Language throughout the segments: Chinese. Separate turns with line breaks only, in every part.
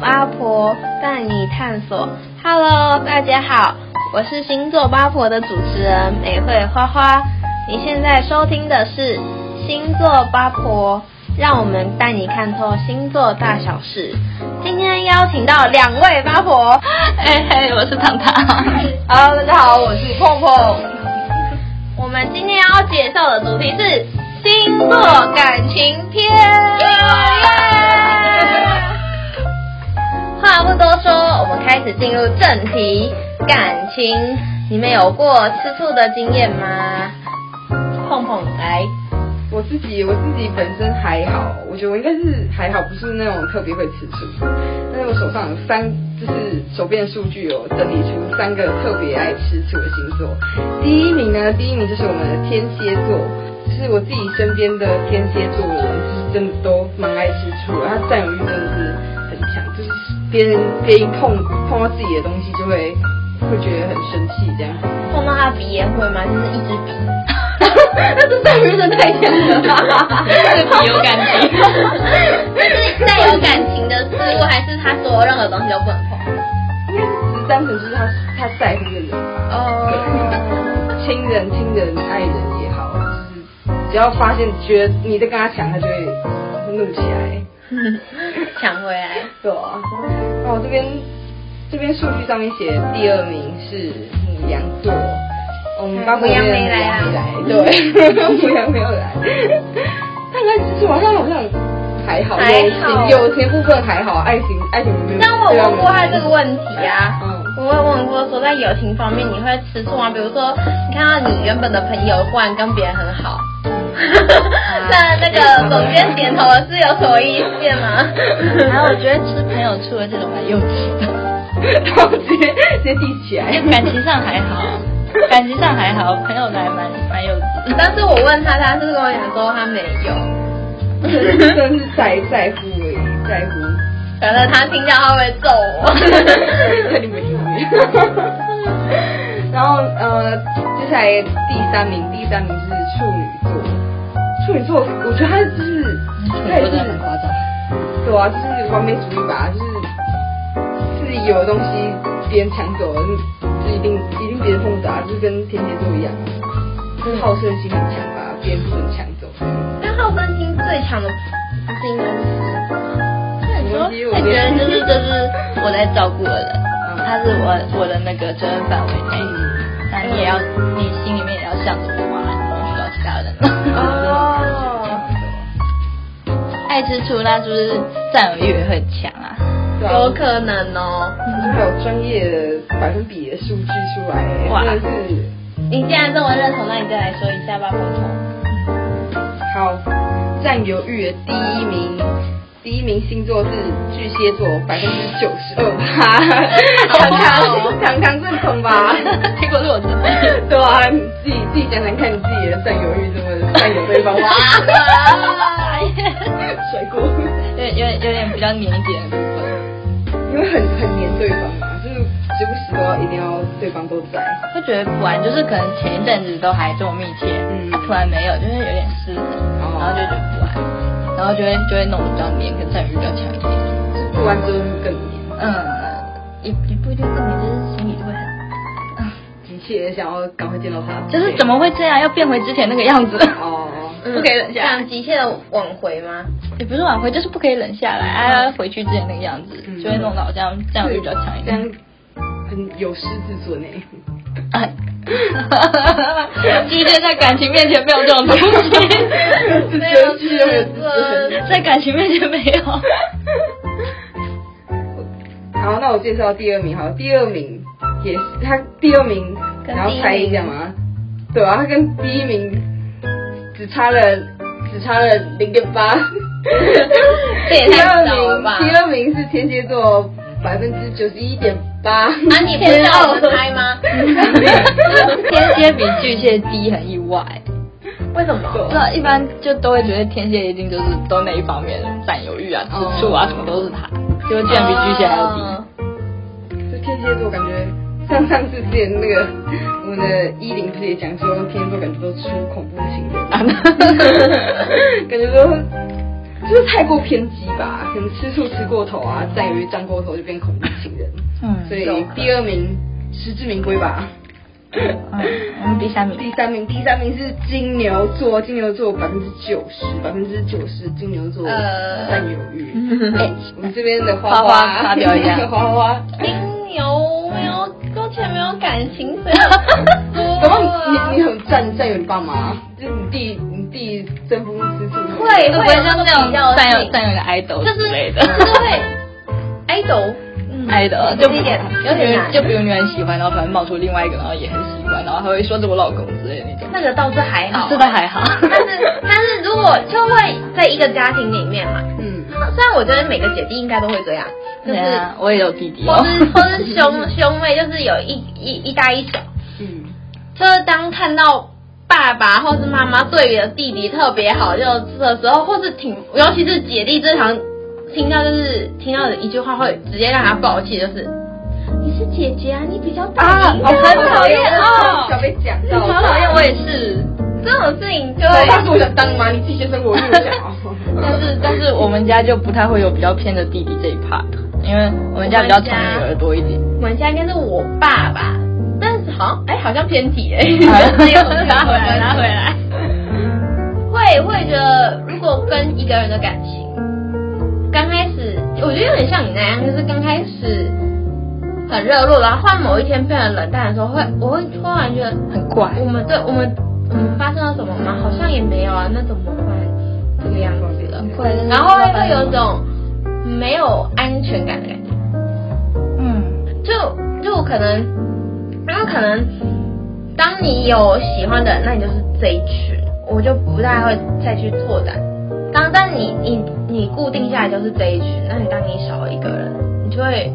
八婆带你探索。Hello，大家好，我是星座八婆的主持人美惠花花。你现在收听的是星座八婆，让我们带你看透星座大小事。今天邀请到两位八婆，
嘿嘿，我是糖糖。
Hello，大家 好，我是碰碰。
我们今天要介绍的主题是星座感情篇。话不多说，我们开始进入正题。感情，你们有过吃醋的经验吗？碰碰来，
我自己我自己本身还好，我觉得我应该是还好，不是那种特别会吃醋。但是我手上有三，就是手边的数据有整理出三个特别爱吃醋的星座。第一名呢，第一名就是我们的天蝎座，就是我自己身边的天蝎座的人，就是真的都蛮爱吃醋的，他占有欲真的是很强，就是别人别人碰碰到自己的东西就会会觉得很生气这样。
碰到他的鼻也会吗？就是一支笔。
那这占有欲真的太强 了，
对笔有感情
就是带有感情的事 物，还是他所有任何东西都不能碰？
应该只是单纯就是他他在乎的人吧。
哦
对， 亲人、亲人、爱人也好，就是只要发现觉得你在跟他抢，他就会怒起来。
抢回来。
对啊，那我这边这边数据上面写第二名是母羊座，哦我们八
嗯母羊没来啊
对， 母羊没有来。他应该其实好像好像还好，
还
友
好
情友情部分还好，啊爱情爱情部分。
但我有问过他这个 问题啊，
嗯
我有问过说在友情方面你会吃醋吗？比如说你看到你原本的朋友忽然跟别人很
啊
好， 那那个总监点头是有什么意见 吗？
然后我觉得吃朋友醋的这种蛮幼稚的，
然后直接直接立起来。
就感情上还好，感情上还好，朋友来蛮蛮幼稚的。
嗯但是我问他，他是跟我讲说他没有，
真的是在在乎而已，在乎。
可能他听到他会揍
那你
我。
没听过。 然后呃，接下来第三名，第三名就是处女座。处女座，我觉得他就是，他也是，
张。
对啊，就是完美主义吧，就是自己有的东西别人抢走了，就一定一定别人碰不着啊，就是跟天蝎座一样啊，
嗯
就是好胜心很强吧，别人不能抢走。
那好胜心最强的不是应该是
你说，他觉得就是就是我在照顾的人，他是我我的那个责任范围内，那你也要你心里面也要想着我啊，你不能去到其他人
哦
了。
哦，
爱吃醋，那就是占有欲也会很强啊。
对啊
有可能哦。
还有专业的百分比的数据出来，
哇
真的是
你既然这么认同，那你就来说一下吧，鹏鹏。
好。占有欲的第一名，第一名星座是巨蟹座，百分之九十二趴。
好
糖
高哦
糖，糖糖正统吧？
结果是我自己。
对啊，你自己自己想想看，你自己的占有欲怎么占有对方啊吧？
哇，有
水果，
点 有点有点比较黏一点的部分，
因为很很黏对方嘛，就是时不时都要一定要对方都在。
会觉得不安，就是可能前一阵子都还这么密切，
嗯
啊突然没有，就是有点失衡，
哦
然后就觉得不安，然后就会就会弄得比较黏，跟占有欲比较强一点。
不完之后就更黏，
嗯，也也不一定更黏，就是心里就会很，嗯
急切地想要赶快见到他。
就是怎么会这样，要变回之前那个样子，
嗯哦，
嗯
不可以忍下来
想急切的挽回吗？
也不是挽回，就是不可以忍下来，啊，回去之前那个样子，
嗯
就会弄到好像占有欲比较强一
这
点
样。很有失自尊 诶。
哎，巨蟹在感情面前没有这种东西，
没
没
有
有
自
自
啊
尊
尊
在感情面前没有。
好，那我介绍第二名，好，第二名也是他第二名，
跟
然后
第一
猜一下
名
嘛，对啊，他跟第一名只差了只差了零点八，
这也
第
太
二
少了
名
吧
第二名是天蝎座百分之九十一点八，
啊，你不是要我们猜 吗？
天蝎比巨蟹低，很意外。
为什么？
那一般就都会觉得天蝎一定就是都那一方面的占有欲啊、吃醋啊，什么都是他，结果居然比巨蟹还要低。
就天蝎座感觉。上上次之前那个 我们的依林不是也讲 说天蝎座感觉都出恐怖情人，
啊
感觉说就是太过偏激吧，可能吃醋吃过头啊，再鱼沾过头就变恐怖情人。
嗯
所以
有可能
第二名实至名归吧。
嗯，我们第三名
第三名，第三名是金牛座，金牛座百分之九十，百分之九十金牛座
呃
占有欲。
哎
我们这边的
花花发表一下
花花，
金牛没哎有跟前没有感情， 所以
搞不好你你你很占占有你爸妈，就是你弟你弟征服吃醋。
会
会不
会
会像那种占有
有
占有一个 idol
就是
之类的？
就是 会 idol，嗯
idol
有
就比
点有
就比
点
如
难，
就比如你很喜欢，然后突然冒出另外一个，然后也很喜欢，然后还会说着我老公之类的那种。
那个倒是还好，
这倒还好。
但是但是如果就会在一个家庭里面嘛，
嗯，
虽然我觉得每个姐弟应该都会这样，就是
对啊，我也有弟弟哦。
或是或是兄兄妹，就是有一一一大一小，
嗯，
就是当看到爸爸或是妈妈对你的弟弟特别好，就这时候，或是挺，尤其是姐弟最常听到就是听到的一句话，会直接让他爆气，就是你是姐姐啊，你比较大，
啊
你
我
这样
很讨厌
哦
小被讲到，
好讨厌，我
也。
也是这种事情就
我爸说
会，
我想当妈，你自己先生活，我不想。
但是但是我们家就不太会有比较偏的弟弟这一 part，因为我们家比较宠女儿多一点。
我们家应该是我爸爸，但是好像哎、好像偏题哎、
好
欸，
拿回来拿回
来，会会觉得如果跟一个人的感情，刚开始我觉得有点像你那样，就是刚开始很热络，然后换某一天变得冷淡的时候，会我会突然觉得
很怪
我们对我们我们发生了什么吗？好像也没有啊，那怎么会这个样子了？然后会会有一种没有安全感的感觉。
嗯
就就可能，因为可能当你有喜欢的人，那你就是这一群，我就不太会再去拓展。当但你你你固定下来就是这一群，那你当你少了一个人，你就会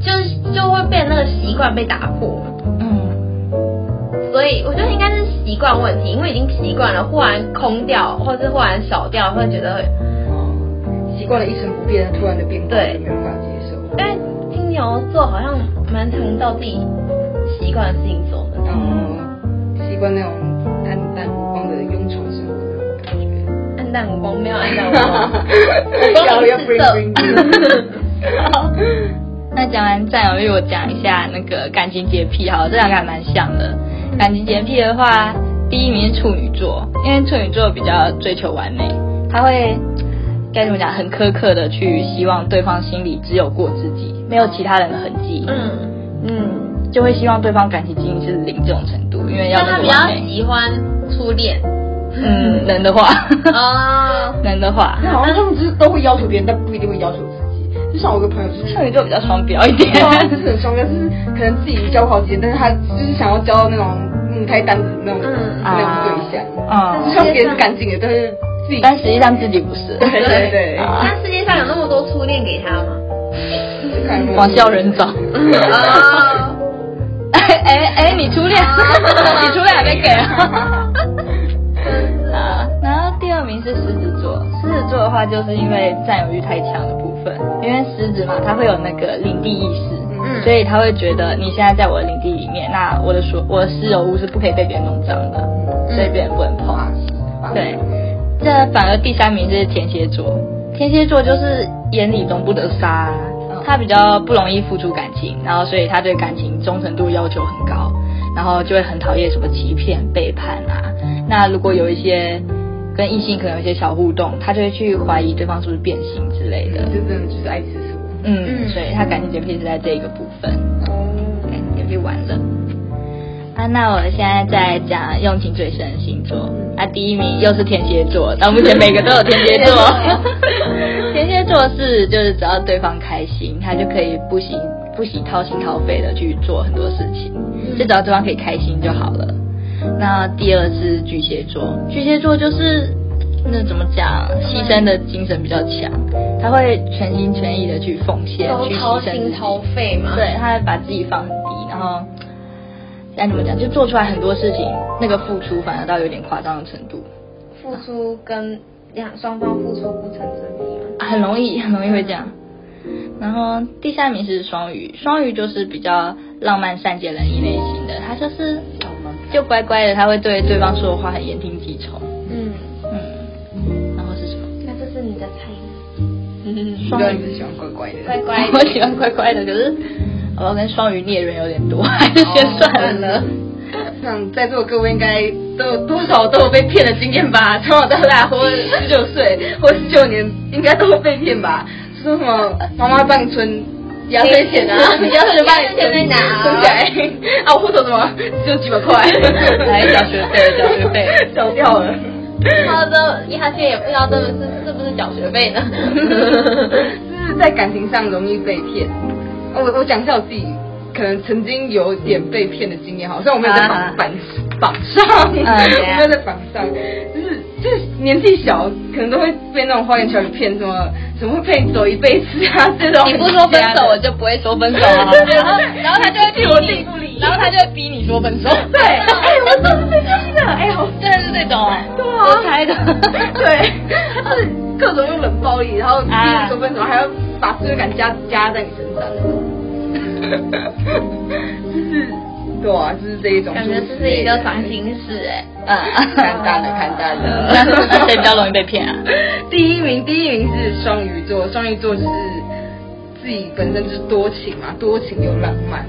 就是就会变那个习惯被打破。
嗯，
所以我觉得应该是习惯问题，因为已经习惯了，忽然空掉或是忽然少掉，会觉得会
习惯了一成不变，突然的变化，
对
没有办法接受。
但金牛座好像蛮常到自己习惯的事情做的。
然后习惯那种淡淡无光的庸常生活那种感觉。
暗淡无光，没有暗淡无光。
要要 bring bring bring。
那讲完占有欲，我讲一下那个感情洁癖哈，这两个还蛮像的。感情洁癖的话，第一名是处女座，因为处女座比较追求完美，他会该怎么讲，很苛刻的去希望对方心里只有过自己，没有其他人的痕迹。
嗯，
嗯，就会希望对方感情经历是零这种程度，因为要
但他
那
比
么
较
完美。
喜欢初恋。
嗯，能 的话，
啊
哦，
能的话，
那好像他们就是都会要求别人，但不一定会要求自己。就像我有个朋友就是
处。女座比较双标一点。
哇，啊就是很双标，就是可能自己交不好自己，但是他就是想要交到那种母胎单子那种、
嗯
那种对象，
啊
但是像别人是干净的，但是自己
但实际上自己不是。
对对对，
啊
那世界上有那么多初恋给他吗？嗯
就看有没有
往校人 走。
啊，
哎哎哎，你初恋， 你初恋还没给啊？啊，然后第二名是狮子座，狮子座的话，就是因为占有欲太强的部分，因为狮子嘛，它会有那个领地意识，
嗯
所以他会觉得你现在在我的领地里面，那我的所我的私有物是不可以被别人弄脏的，所以别人不能碰。对，这反而第三名是天蝎座，天蝎座就是眼里容不得沙、啊，他比较不容易付出感情，然后所以他对感情忠诚度要求很高，然后就会很讨厌什么欺骗、背叛啊。那如果有一些跟异性可能有一些小互动，他就会去怀疑对方是不是变心之类的。
就真的就是爱吃醋。
嗯，
嗯
所以他感情洁癖是在这一个部分。
哦
感情洁癖完了。啊，那我现在再讲用情最深的星座。啊，第一名又是天蝎座，到目前每个都有天蝎座。天蝎座是就是只要对方开心，他就可以不惜不惜掏心掏肺的去做很多事情，就只要对方可以开心就好了。那第二是巨蟹座，巨蟹座就是那怎么讲，牺牲的精神比较强，他会全心全意的去奉献，
都
去
掏
牺牲自
心
己
掏肺嘛。
对，他会把自己放很低，然后该怎么讲，就做出来很多事情，那个付出反而到有点夸张的程度，
付出跟两双方付出不成正比嘛。
啊很容易很容易会这样。然后第三名是双鱼，双鱼就是比较浪漫、善解人意类型的，他就是就乖乖的，他会对对方说的话很言听计从，
嗯，
嗯，然后是什么？
那这是你的
知嗯道你不是喜欢乖乖的，
乖乖
我喜欢乖 乖的，可是我要跟双鱼孽缘有点多，还是先
哦
算了。
像在座各位应该都有多少都有被骗的经验吧？ 从小到大，活十九岁或十九年，应该都会被骗吧？说什么妈妈帮你存压岁钱 啊，
你
压岁钱帮你
钱在哪
存起来 啊，我户头怎么只有几百块？
来缴学费缴学费
缴掉了。
他的一他现在也不知道这个是是不是缴学费呢？
就是在感情上容易被骗。哦我我讲一下我自己可能曾经有点被骗的经验，好像我没有在
好啊
榜榜榜上， 我没
嗯怎样
有在榜上，就是就是年纪小，可能都会被那种花言巧语骗，什么什么会陪你走一辈子啊这种。
你不说分手，我就不会说分手 啊。然后，然后他就会逼
我自己不
你，然后他就会逼你说分手。
对，哎，我就是被骗的，哎，好
真的是这种啊？
对啊，。
我猜的
对，他是各种用冷暴力，然后逼
啊
你说分手，还要把罪恶感加加在你身上， 就是对啊，就是这一种，
感觉这是一个伤心事哎、
嗯，
看淡了，看淡了。
那那 谁比较容易被骗啊？
第一名，第一名是双鱼座，双鱼座就是自己本身就是多情嘛，多情又浪漫。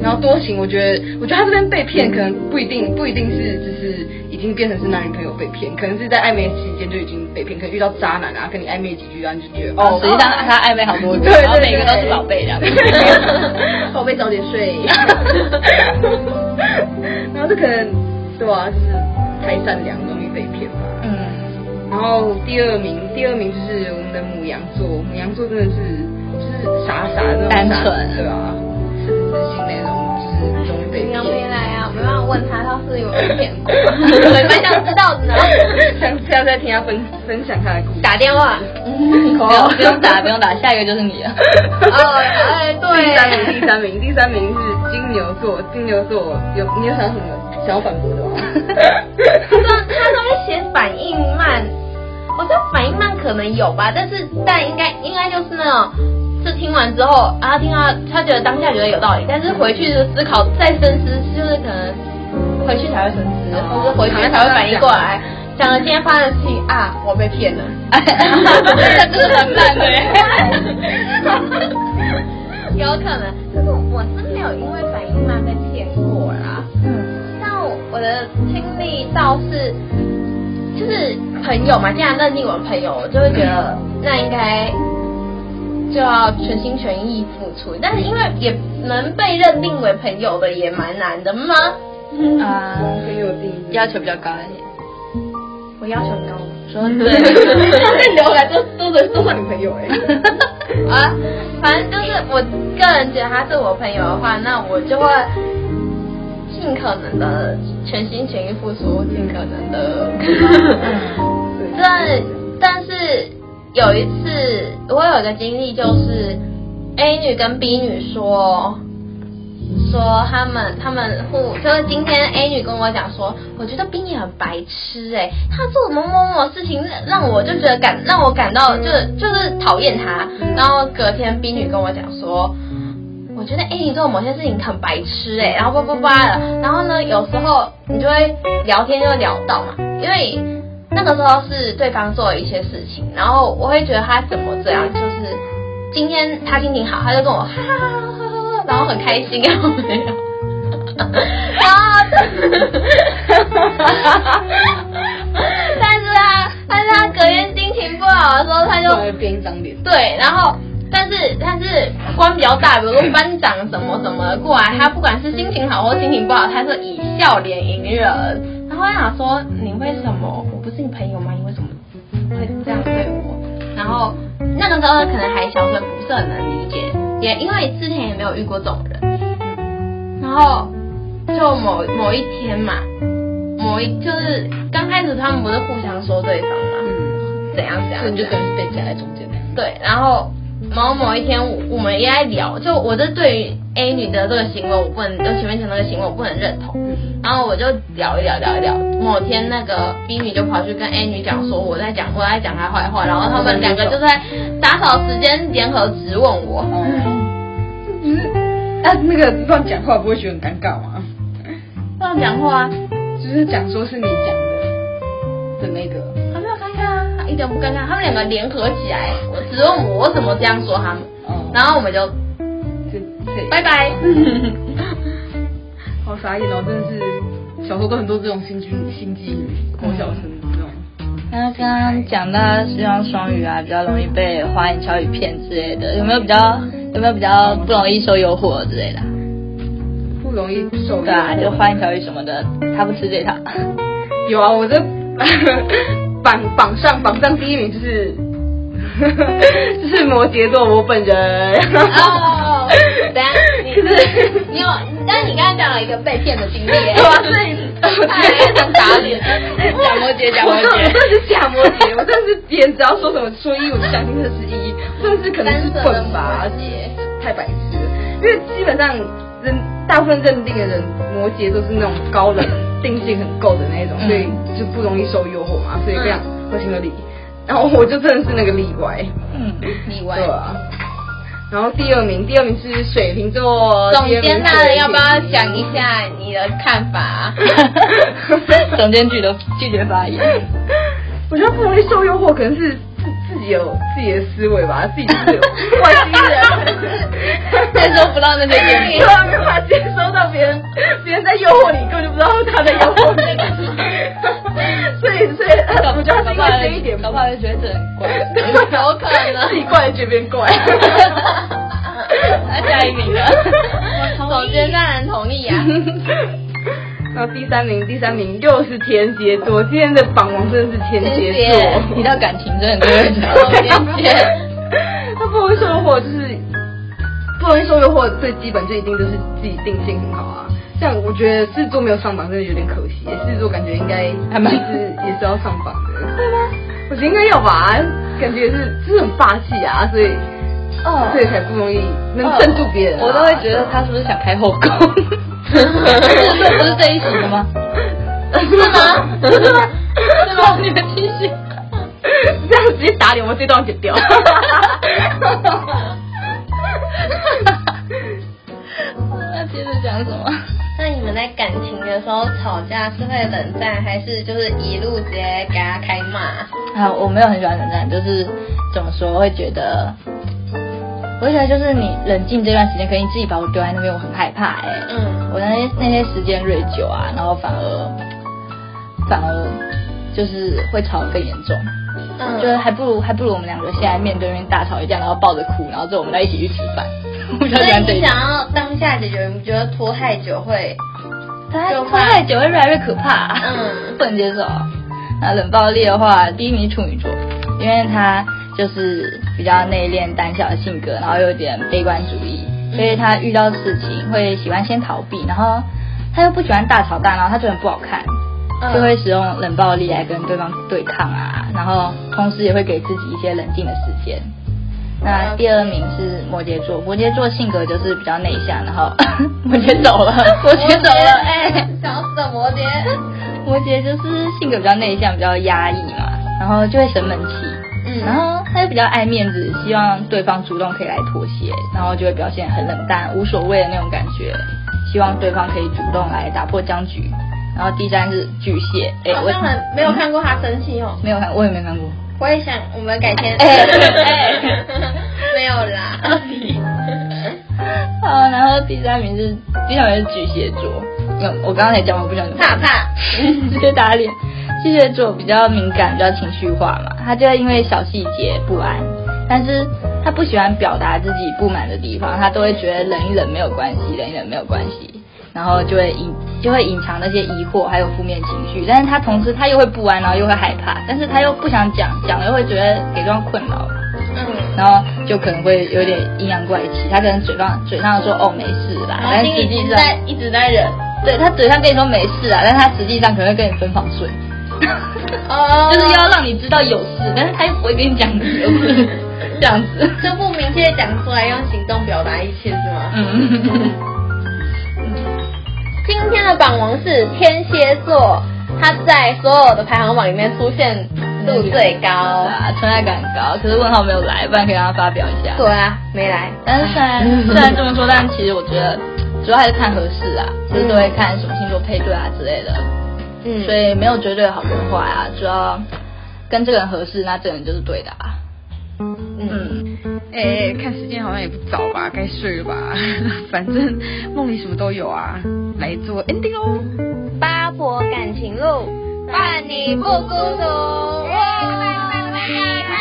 然后多情，我觉得，我觉得他这边被骗，可能不一定，不一定是就是已经变成是男女朋友被骗，可能是在暧昧期间就已经被骗，可能遇到渣男啊，跟你暧昧几句，然后你就觉得哦，
实际上他暧昧 好多个，
对对对
然后每个都是宝贝这样 子。
宝贝早点睡。 然后这可能对啊，就是太善良，容易被骗吧。
嗯，
然后第二名，第二名就是我们的母羊座，母羊座真的是就是傻傻的那种傻
单纯
对吧？赤子之心那种，就是容易被
平
骗
常。没来啊，没办法问他他是有被 骗过， 我也蛮
蛮
想知道 的呢。
想下次再听他分分享他的故事。
打电话，
不用不用
哦
打不用打，下一个就是你了。
哦，哎，
第三名，
对
第，三名，第三名是金牛座。金牛座有你有想什么想要反驳 的吗？
他 说他上面写反应慢，我觉得反应慢可能有吧，但是但应该应该就是那种。是听完之后，啊，听到他觉得当下觉得有道理，但是回去的思考再深思，就是可能回去才会深思，或者回去才会反应过来，想了今天发的事情啊，我被骗了。
哎，那真的很烂的耶。
有可能，可是我是没有因为反应慢被骗过啦。
嗯
但我我的经历倒是，就是朋友嘛，既然认定我的朋友，我就会觉得那应该就要全心全意付出。但是因为也能被认定为朋友的也蛮难的吗？
啊，
很有嗯定义。
要求比较高一点。
我要求很高吗
说
他
对。
被聊来都都能都算你朋友 哎、
啊，反正就是我个人觉得他是我朋友的话，那我就会尽可能的全心全意付出，尽可能 的。 但但是有一次我有一个经历，就是 A 女跟 B 女说。说他们他们互就是今天 A 女跟我讲说，我觉得 B 女很白痴哎、欸，她做某某某事情让让我就觉得感让我感到就是就是讨厌她。然后隔天 B 女跟我讲说，我觉得 A 你做某些事情很白痴哎、然后叭叭叭的，然后呢，有时候你就会聊天就会聊到嘛，因为那个时候是对方做了一些事情，然后我会觉得他怎么这样，就是今天他心情好，他就跟我哈哈哈哈哈哈，然后很开心，然后没有，然后但是他但是他隔天心情不好的时候，他就
我还编一张脸。
对，然后但是但是官比较大，比如说班长什么什么过来，他不管是心情好或心情不好，他是以笑脸迎人。然后我想说，你为什么我不是你朋友吗？你为什么会这样对我？然后那个时候可能还小，所以不是很能理解，也因为之前也没有遇过这种人。然后就某某一天嘛，某一就是刚开始他们不是互相说对方嘛，
嗯，
怎样怎样，
所以你就
怎样
等于是被夹在中间的。
对，然后某某一天我我们也在聊，就我这对于 A 女的这个行为，我不能就前面讲那个行为我不能认同，然后我就聊一聊聊一聊，某天那个 B 女就跑去跟 A 女讲说我在讲我在讲她坏话，然后他们两个就在打扫时间联合质问我，
哦，那啊那个乱讲话不会觉得很尴尬吗？
乱讲话，啊
就是讲说是你讲的的那个，
还没有尴尬啊，
一点都不尴尬，他们两个联合起来，我只问我我怎么这样说他们，
嗯
然后我们就
哦这这
拜拜。
好傻眼哦，真的是小时候都很多这种心机心机女，国小生那种。
那刚刚讲到希望双语啊，比较容易被花言巧语骗之类的，有没有比较有没有比较不容易受诱惑之类的啊？
不容易受
对啊，
诱惑
就花言巧语什么的，他不吃这套。
有啊，我这 榜榜上榜上第一名就是 就是摩羯座我本人。
哦，等下你
可是
你有，但你刚才讲了一个被骗的经历耶，
对啊，所以我
太想打脸，
假摩羯假摩
我真
羯
的是假摩羯，我真的是别人只要说什么说一，我就相信这是一，真的是可能是混吧，而且太白痴了，因为基本上人大部分认定的人摩羯都是那种高冷、定性很够的那
嗯
种，所以就不容易受诱惑嘛，所以这样合情合理。然后我就真的是那个例外，
嗯，
例外
对。啊。然后第二名，第二名是水瓶座，
总
第二名
监
是
大人要不要
天蝎
讲一下你的看法？
总监拒都拒绝发言。
我觉得不容易受诱惑，可能是自自己有自己的思维吧，自己是外星人，
接收不 到那些建议
对啊，没办法接收到别人，别人在诱惑你，根本就不知道他在诱惑你，所以所以呃我觉得他是因为这一点吧，
搞不好就觉得这很怪。
有可能
自己怪觉得别人怪。
那下一名 呢？
总监大人同意啊。
然后第三名，第三名又是天蝎座，今天的榜王真的是天蝎座。
提到感情真的就会想
总监
到
天蝎
他不容易受诱惑，就是不容易受诱惑，最基本就一定就是自己定性很好啊。像我觉得狮子座没有上榜，真的有点可惜。狮子座感觉应 该
还蛮
其实也是要上榜的，对吗？我觉得应该要吧，感觉是就是很霸气啊，所以
哦
所以才不容易能镇住别人啊、
我都会觉得他是不是想开后宫？ 不是这一型 的吗？
是吗？是吗？
是吗？你的脾气。
这样直接打脸，我这段剪掉。
那接着讲什么？
那你们在感情的时候吵架是会冷战，还是就是一路直接给他开骂？
啊，我没有很喜欢冷战，就是怎么说，我会觉得，我会觉得就是你冷静这段时间，可以自己把我丢在那边，我很害怕哎、
嗯
我那些那些时间瑞久啊，然后反而反而就是会吵得更严重。
嗯，
就是还不如还不如我们两个现在面对面大吵一架，然后抱着哭，然后之后我们再一起去吃饭。 我比较
所
喜欢
以
这一
你
种
想。要当下解决，你觉得拖太久会，
他
就
拖太久会越来越可怕，
嗯
不能接受。那冷暴力的话，第一名是处女座，因为他就是比较内敛、胆小的性格，然后有点悲观主义，
嗯
所以他遇到事情会喜欢先逃避，然后他又不喜欢大吵大闹，他觉得很不好看，
嗯
就会使用冷暴力来跟对方对抗啊，然后同时也会给自己一些冷静的时间。那第二名是摩羯座，摩羯座性格就是比较内向，然后 摩羯走了，摩羯走了，哎、
搞什么的？
摩羯就是性格比较内向，比较压抑嘛，然后就会生闷气，
嗯
然后他又比较爱面子，希望对方主动可以来妥协，然后就会表现很冷淡、无所谓的那种感觉，希望对方可以主动来打破僵局。然后第三是巨蟹，哎、
好
我
像很没有看过他生气哦。
没有看，我也没看过。
我也想，我们改天。
哎哎
没有 啦。嗯
好，然后第三名是第三名是巨蟹座，嗯，我刚才讲我不喜欢
怕怕。
直接打脸。巨蟹座比较敏感，比较情绪化嘛，他就会因为小细节不安，但是他不喜欢表达自己不满的地方，他都会觉得忍一忍没有关系，忍一忍没有关系，然后就会隐就会隐藏那些疑惑还有负面情绪，但是他同时他又会不安，然后又会害怕，但是他又不想讲，讲了又会觉得给对方困扰，
嗯。
然后就可能会有点阴阳怪气，他可能嘴上嘴上说哦没事啦，
然后
但
心
实
里一
际
直
上
在一直在 忍。
对他嘴上跟你说没事啊，但他实际上可能会跟你分房睡。
哦
就是要让你知道有事，但是他又不会跟你讲 有事，这样子。
就不明确讲出来，用行动表达一切，是吗？
嗯，
今天的榜王是天蝎座，它在所有的排行榜里面出现度最
对
高。
啊，存在感很高，可是问号没有来，不然可以让他发表一下。
对，啊，没来。
但是 虽然虽然这么说，但其实我觉得主要还是看合适啊，就是都会看什么星座配对啊之类的，
嗯
所以没有绝对好跟坏啊，主要跟这个人合适，那这个人就是对的啊。
嗯，哎、看时间好像也不早吧，该睡了吧？ 反正梦里什么都有啊，来做 ending 喽。
八哦婆感情路，伴你不孤独。拜拜拜拜拜拜。